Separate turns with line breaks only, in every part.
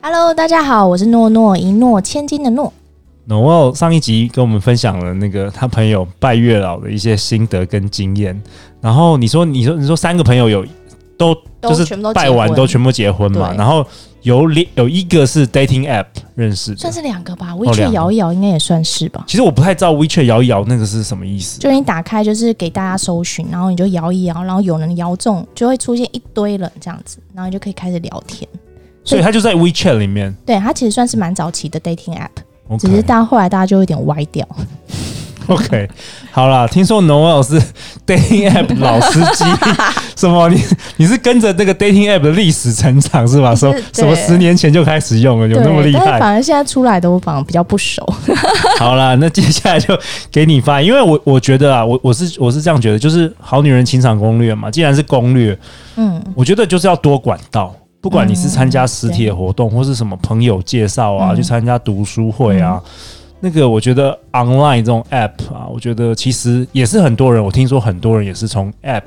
Hello，大家好，我是诺诺，一诺千金的诺。
Noel 上一集跟我们分享了那个他朋友拜月老的一些心得跟经验，然后你说你说你说三个朋友有都
都
就是
全部都结
拜完
婚
都全部结婚嘛，
对
然后有两有一个是 dating app 认识的
算，是两个吧，
哦两
WeChat
个
摇一摇应该也算是吧。
其实我不太知道 WeChat 摇一摇那个是什么意思，
就你打开就是给大家搜寻，然后你就摇一摇，然后有人摇中，就会出现一堆人这样子，然后你就可以开始聊天。
所以他就在 WeChat 里面
对，它其实算是蛮早期的 dating app，只是
，OK
到后来大家就有点歪掉。
OK，好啦，听说 Noel 是 dating app 老司 机，什么你你是跟着这个 dating app 的历史成长是吧？什么
是对
什么十年前就开始用了，有那么厉
对，但
害
是？反而现在出来的我反而比较不熟。
好啦，那接下来就给你发言，因为我我觉得啊，我我是我是这样觉得，就是《好女人情场攻略》嘛，既然是攻略，
嗯，
我觉得就是要多管道，不管你是参加实体的活动，或是什么朋友介绍啊，
嗯
去参加读书会啊，那个我觉得 online 这种 app 啊，我觉得其实也是很多人，我听说很多人也是从 app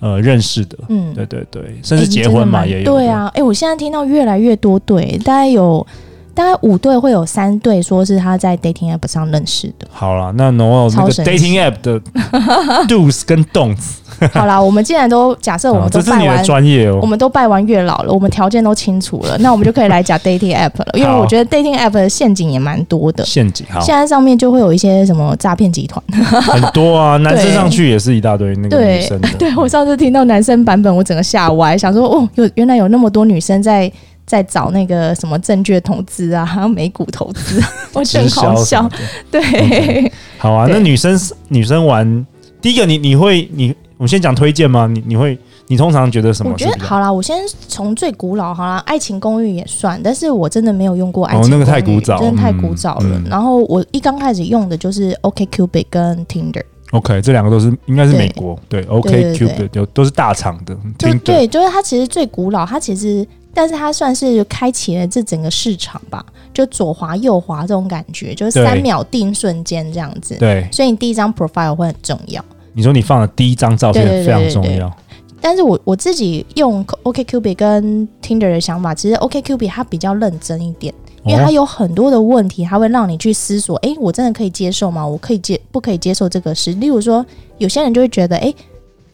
呃认识的，
嗯
对对对，甚至结婚嘛、
哎
也有，
对，啊，哎、我现在听到越来越多对，大概有大概五对会有三对说是他在 dating app 上认识的。
好啦，那 Noel 那
超
个
神奇
dating app 的 do's 跟 don'ts，
好啦，我们既然都假设我
啊
们
这
都
是
拜
你的
完
专业哦，
我们都拜完月老了，我们条件都清楚了，那我们就可以 来讲 dating app 了。因为
好
我觉得 dating app 的陷阱也蛮多的，
陷阱好
现在上面就会有一些什么诈骗集团。
很多啊，男生
对
上去也是一大堆那个女
对
生的，
对我上次听到男生版本，我整个吓歪，想说哦，有原来有那么多女生在在找那个什么证券投资啊，还有美股投资、啊， 我觉得
直
很好
销什么
笑。
的。
对
OK 好啊，
对
那女生女生玩第一个你，你会你，我们先讲推荐吗？你你会你通常觉得什么
我
是
觉
比较？
得好啦，我先从最古老好啦，《爱情公寓》也算，但是我真的没有用过《爱情
哦
公寓》
那个太古早
真的太
嗯
古早了。
嗯
然后我一刚开始用的就是 OK Cupid 跟 Tinder，
OK，这两个都是应该是
对
美国对
对
OK
对
Cupid 有都是大厂的，
就
Tinder
对，就是它其实最古老，它其实但是它算是开启了这整个市场吧，就左滑右滑这种感觉，就是
对
三秒定瞬间这样子。
对，
所以你第一张 profile 会很重要。
你说你放的第一张照片
对对对
非常重
对
要，
但是我我自己用 OK Cupid 跟 Tinder 的想法，其实 OK Cupid 它比较认真一点。因为它
哦
有很多的问题，它会让你去思索，诶，我真的可以接受吗？我可以接不可以接受这个事？例如说，有些人就会觉得，诶，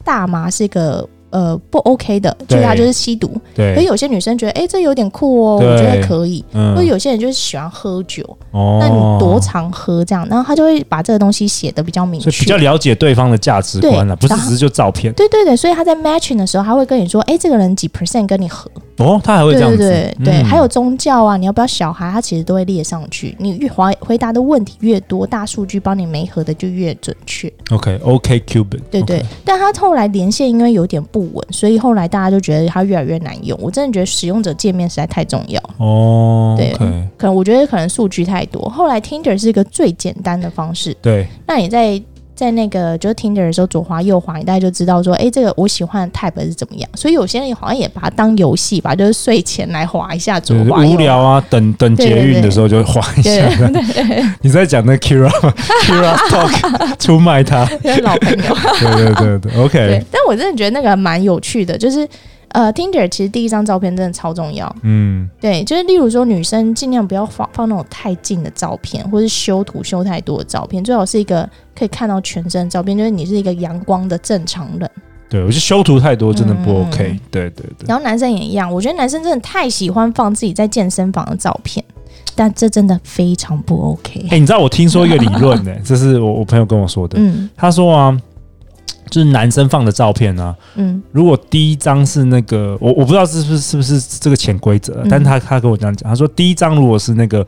大麻是一个呃不 OK 的，就是它
对
就是吸毒。可是
对，
有些女生觉得，诶，这有点酷哦，
对
我觉得可以。
嗯
或者有些人就是喜欢喝酒，
哦
那你多常喝这样，然后他就会把这个东西写的比较明
所以比较
确。
了解对方的价值观了，
对
不是
然后
只是就照片
对对对，所以他在 matching 的时候，他会跟你说，诶，这个人几 percent 跟你合，
哦，他还会这样
对
子，
对对对，
嗯
还有宗教啊，你要不要小孩，他其实都会列上去。你越回回答的问题越多，大数据帮你媒合的就越准确，
OK OK Cupid
对对。但他后来连线因为有点不稳，所以后来大家就觉得它越来越难用。我真的觉得使用者界面实在太重要，
哦
对
，OK
可能我觉得可能数据太多。后来 Tinder 是一个最简单的方式，
对
那你在。在那个就是 Tinder 的时候，左滑右滑，你大概就知道说，哎、这个我喜欢的 type 是怎么样。所以有些人好像也把它当游戏吧，就是睡前来滑一下左
对，
滑右滑。
无聊啊，等等
对对
捷运的
对
时候就划一
对
下。 你在讲那 Kira Kira Talk 出卖他？
因为老 朋友。
对对对对
对
，OK，，
但我真的觉得那个蛮有趣的，就是呃，Tinder 其实第一张照片真的超重要。
嗯，
对，就是例如说女生尽量不要放放那种太近的照片，或是修图修太多的照片，最好是一个可以看到全身的照片，就是你是一个阳光的正常人。
对我觉得修图太多真的不
嗯
OK，对对对，
然后男生也一样，我觉得男生真的太喜欢放自己在健身房的照片，但这真的非常不 OK。
哎，你知道我听说一个理论 呢，这是我我朋友跟我说的，
嗯
他说啊，就是男生放的照片啊，
嗯，
如果第一张是那个，我我不知道是不是是不是这个潜规则，
嗯
但他他跟我这样讲，他说第一张如果是那个，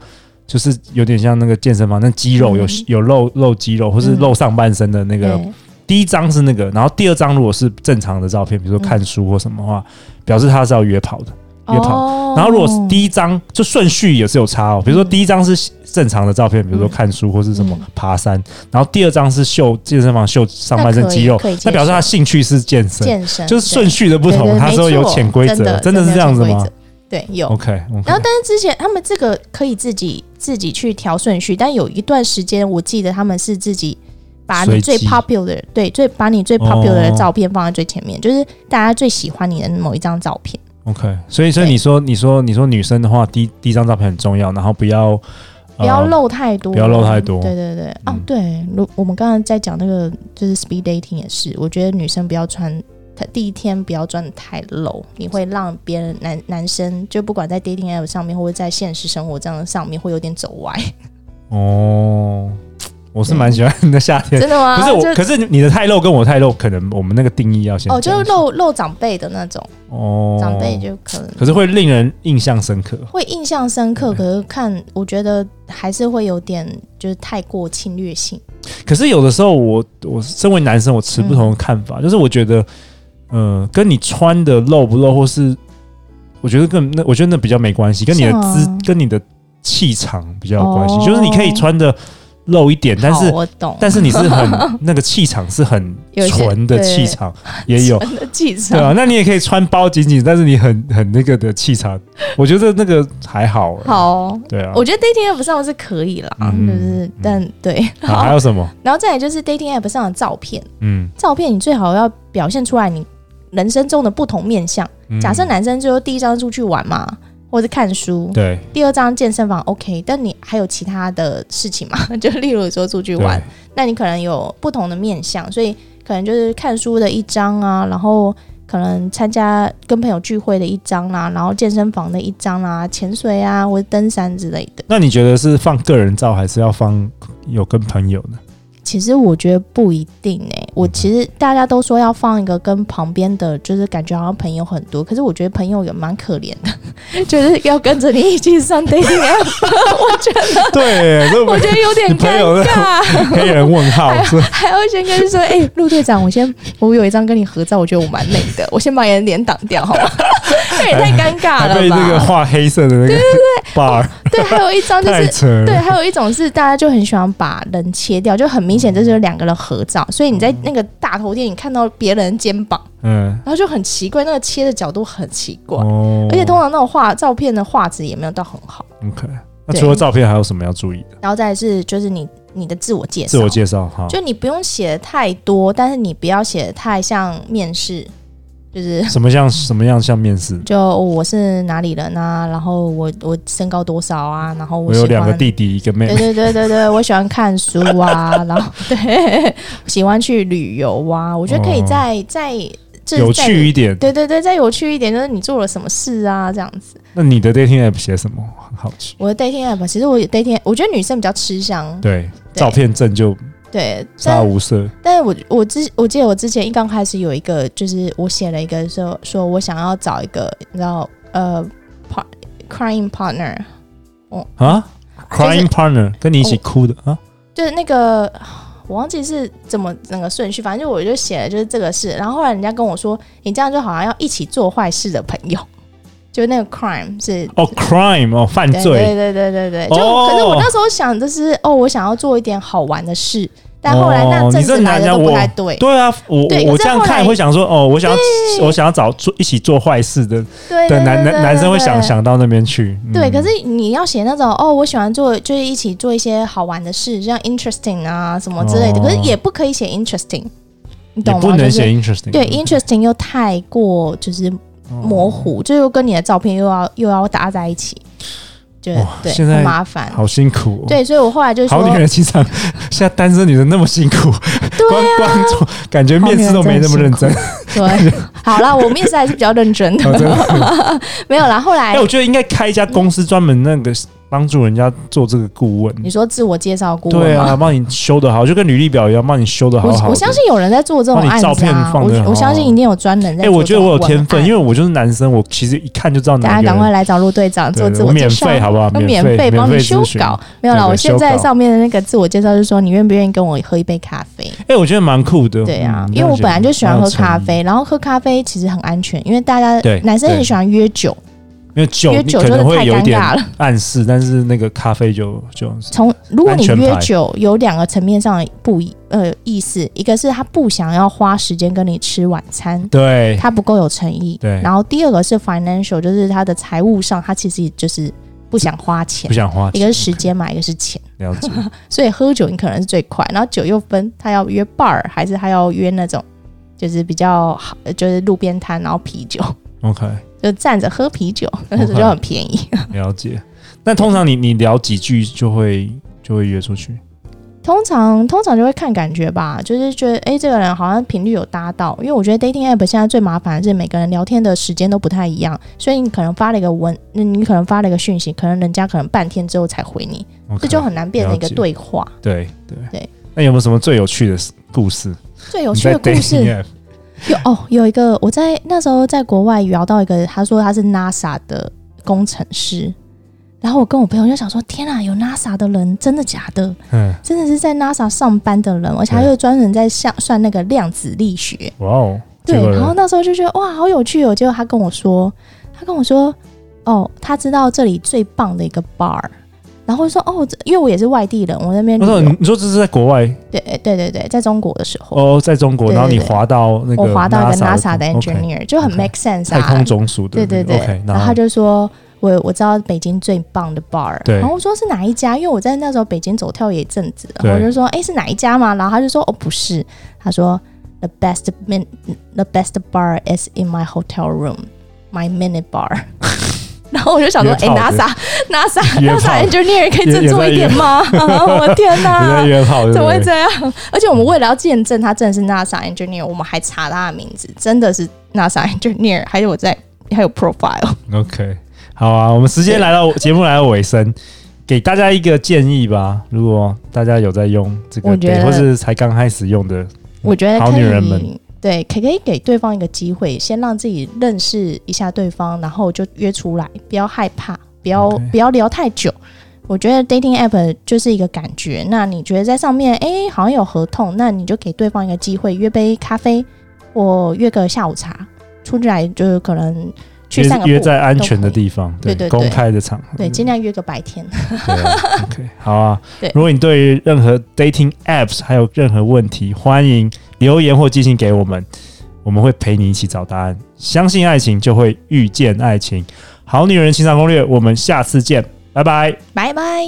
就是有点像那个健身房那肌肉有、
嗯
有露露肌肉或是
嗯
露上半身的那个，
对，
第一张是那个，然后第二张如果是正常的照片，比如说看书或什么的话，表示他是要约跑的，约炮。
嗯哦
然后如果是第一张，就顺序也是有差哦。比如说第一张是正常的照片，比如说看书或是什么
嗯
爬山，然后第二张是秀健身房秀上半身肌肉
那可以可以，接
那表示他
受
兴趣是健身，
健身
就是顺序的不
嗯对
同，
对
他
没
说有
错
潜规
真
则，
的
真的是
有
这样子
潜
吗
规则？对，有。
？OK OK，
然后，但是之前他们这个可以自己自己去调顺序，但有一段时间，我记得他们是自己把你
随
最
机
popular 的对最把你最 popular 的
哦
照片放在最前面，就是大家最喜欢你的某一张照片。
OK，所以所以
对
你说你说你说女生的话，第一第一张照片很重要，然后不要
不要
呃
漏太多，
不要漏太多
对对对，哦
嗯，
对，如我们刚刚在讲那个就是 speed dating 也是，我觉得女生不要穿，她第一天不要穿得太露，你会让别人男男生就不管在 dating app 上面，或者在现实生活这样上面，会有点走歪，
哦。我是蛮喜欢你的夏天，
真的吗？
不是我，
啊就
可是你的太露跟我太露，可能我们那个定义要先
哦，就
讲一
是
下
露露长辈的那种，
哦
长辈就可能
可是会令人印象深刻。
会印象深刻，
对
可是看我觉得还是会有点就是太过侵略性，
可是有的时候我，我身为男生，我持不同的看
嗯
法，就是我觉得，呃，跟你穿的露不露，或是我觉得跟那我觉得那比较没关系，跟你的
是吗
姿、跟你的气场比较有关系。
哦
就是你可以穿的露一点，但
好
是
我懂，
但是你是很 那个气场是很
有一些
纯的
对
气场，也有。
真的技巧
对啊，那你也可以穿包紧紧，但是你很很那个的气场，我觉得那个还好、欸。，
好哦。
对啊。
我觉得 dating app 上是可以啦，
嗯
就是
嗯
但对，
好，还有什么？
然后再来就是 dating app 上的照片，
嗯，
照片你最好要表现出来你人生中的不同面相。
嗯
假设男生就第一张出去玩嘛，或者看书，
对
第二张健身房 OK，但你还有其他的事情嘛？ 就例如说出去
对
玩，那你可能有不同的面相，所以可能就是看书的一张啊，然后可能参加跟朋友聚会的一张啦、然后健身房的一张啦、潜水啊或者登山之类的。
那你觉得是放个人照，还是要放有跟朋友 的？
其实我觉得不一定哎、我
嗯
其实大家都说要放一个跟旁边的，就是感觉好像朋友很多，可是我觉得朋友也蛮可怜的， 就是要跟着你一起上 dating app，我觉得
对，这
我觉得有点
你朋友
尴
那
尬，
黑人问号
哎呀
是吧
还要先跟你说，哎、陆队长，我先我有一张跟你哎合照，我觉得我蛮累的，我先把你的脸挡掉好 吗？这也太尴尬
还
了
被那个
吧？
画黑色的那个 bar
对，还有一张哦就
太
是
扯
对，
了。
还有一种是大家就很喜欢把人切掉，就很明显这就是两个人合照，所以你在那个大头店你看到别人肩膀，
嗯，
然后就很奇怪，那个切的角度很奇怪，
哦
而且通常那种画照片的画质也没有到很好。
OK。那除了照片，还有什么要注意的？
然后再来是就是你你的自我介绍，
自我介绍哈，
就你不用写得太多，但是你不要写得太像面试，就是。
什么像什么样像面试？
就哦我是哪里人啊？然后我我身高多少啊？然后我
我有
喜
两个
欢
弟弟，一个妹
对
妹。
对对对对，我喜欢看书啊，然后对，喜欢去旅游啊。我觉得可以
哦
再、再就是
有
再
趣一点。
对对对，再有趣一点，就是你做了什么事啊，这样子。
那你的 dating app 写什么？很好奇。
我的 dating app，其实我有 dating，app，我觉得女生比较吃香，
对，
嗯对
照片证就
对，
杀
但
无赦。
但是我我之我记得我之前一刚开始有一个，就是我写了一个说说我想要找一个，你知道呃，part crying partner，
啊
就是
，crying partner，跟你一起
哦
哭的啊，
就是那个 我忘记是怎么那个顺序，反正就我就写了就是这个事，然后后来人家跟我说，你这样就好像要一起做坏事的朋友， 就那个 crime 是。
哦，crime 哦，犯
对
罪
对对对对对，就、
哦
可是我那时候想的是，哦，我想要做一点好玩的事，但后来那
哦
正
你这
式来
男
的
人
都不
我
太对，
对啊，我
欸对
我我这
可是
样
后来
看会想说，哦，我想要
对
我想要找做一起做坏事的
对
的
对
男
对对
男男生会
对
想想到那边去。嗯
对，可是你要写那种哦，我喜欢做，就是一起做一些好玩的事，像 interesting 啊什么之类的，
哦
可是也不可以写 interesting，
也
你懂吗？啊
不能
就是
写 interesting，
对 interesting 又太过就是模。
哦
糊，就又跟你的照片又要又要搭在一起，就
哇
对，
现在
很麻烦。
好辛苦、哦，，
对，所以我后来就说啊
好，女人经常现在单身女人那么辛苦， 光光从感觉面试都没那么认真。
对，好啦，我面试还是比较认真哎
哦真
的， 没有啦。后来
哎、我觉得应该开一家公司专门那个帮助人家做这个顾问，
你说自我介绍顾
对
问
啊，
吗？
帮你修的好，就跟履历表一样，帮你修的好好的
我我相。信有人在做这种
把你
案
照
子
片
啊，
放得
我
好
我相信一定有专人在
哎、
做这种文案。
我
啊
觉得我有天分，因为我就是男生，我其实一看就知道
大
哪
家
个
赶快
人。
来找陆队长
对
做自
我
我介
免
绍，
费好不好？
我
免
免费帮你
免
修
咨询
稿。没有啦，
对对
我现在
修稿
上面的那个自我介绍就是说，你愿不愿意跟我喝一杯咖啡？
哎、我觉得蛮酷的。
对啊，
嗯
因为我本来就喜欢喝咖，
蛮有诚意
啡，然后喝咖啡其实很安全，因为大家
对
男生
对
也喜欢约酒，
因为酒
约
你
酒
可
就
能
是
会
太
有一
尴
点
尬了。
暗示，但是那个咖啡就就
从如果你
安全
约
牌
酒，有两个层面上的不一呃意思，一个是他不想要花时间跟你吃晚餐，
对
他不够有诚意。
对
然后第二个是 financial，就是他的财务上，他其实就是不想花钱
不，想花
一
钱，
个是时间嘛，一个是钱。
了解
所以喝酒你可能是最快，然后酒又分他要约 bar 还是他要约那种就是比较好，呃就是路边摊，然后啤酒
OK
就站着喝啤 酒，那
哦
时候就很便宜。
了解。那通常你你聊几句就会就会约出去，
通常通常就会看感觉吧，就是觉得诶这个人好像频率有搭到，因为我觉得 dating app 现在最麻烦的是每个人聊天的时间都不太一样，所以你可能发了一个文，嗯你可能发了一个讯息，可能人家可能半天之后才回你，
OK，
这就很难变成一个
了解
对话。
对对
对。
那有没有什么最有趣的故事？
最有
你
趣
在
的故事
dating app
有 哦，有一个我在那时候在国外聊到一个，他说他是 NASA 的工程师，然后我跟我朋友就想说，天啊，有 NASA 的人，真的假的？
嗯，
真的是在 NASA 上班的人，而且他
对
又专门在算算那个量子力学。
哇哦，
对
结果，呢
然后那时候就觉得哇，好有趣哦。结果他跟我说，他跟我说，哦，他知道这里最棒的一个 bar。然后我就说哦，这因为我也是外地人，我那边旅
我说嗯
游
你，你说这是在国外
对对对对，在中国的时候，
哦，在中国，
对
然后你
对对
滑到那个
我滑到一个
NASA
NASA 的
OK，
engineer，就很
OK
make sense
太
啊，
空总署的
对
那个，
对对
OK，
然后他就说。我我知道北京最棒的 bar，
对
然后我说是哪一家，因为我在那时候北京走跳也一阵子，
对
然后我就说哎是哪一家嘛，然后他就说哦不是，他说 the best min the best bar is in my hotel room my mini bar，然后我就想说
约
哎
炮的
NASA NASA
约炮
NASA engineer 可以
也
振作一点吗？ 我的天
你
哪
在！ 约炮对
怎
不
么会
对？
这样？而且我们为了要见证他真的是 NASA engineer，我们还查他的名字，真的是 NASA engineer，还有我在还有 profile。
OK，好啊，我们时间来到节目来到尾声，给大家一个建议吧。如果大家有在用这个
我觉
Date，
得
或是才刚开始用的，
我觉得
嗯好
可
女人们
以，对，可可以给对方一个机会，先让自己认识一下对方，然后就约出来，不要害怕，不要
OK
不要聊太久。我觉得 dating app 就是一个感觉，那你觉得在上面，诶，好像有合同，那你就给对方一个机会，约杯咖啡或约个下午茶，出来就是可能去散个
约约
步
在安
都
全的
可以
地方，
对对对
公开的场合，
对，尽量约个白天。
对啊 OK，好啊。
对
如果你对于任何 dating apps 还有任何问题，欢迎留言或寄信给我们，我们会陪你一起找答案。相信爱情，就会遇见爱情。好女人情场攻略，我们下次见，拜拜。
拜拜。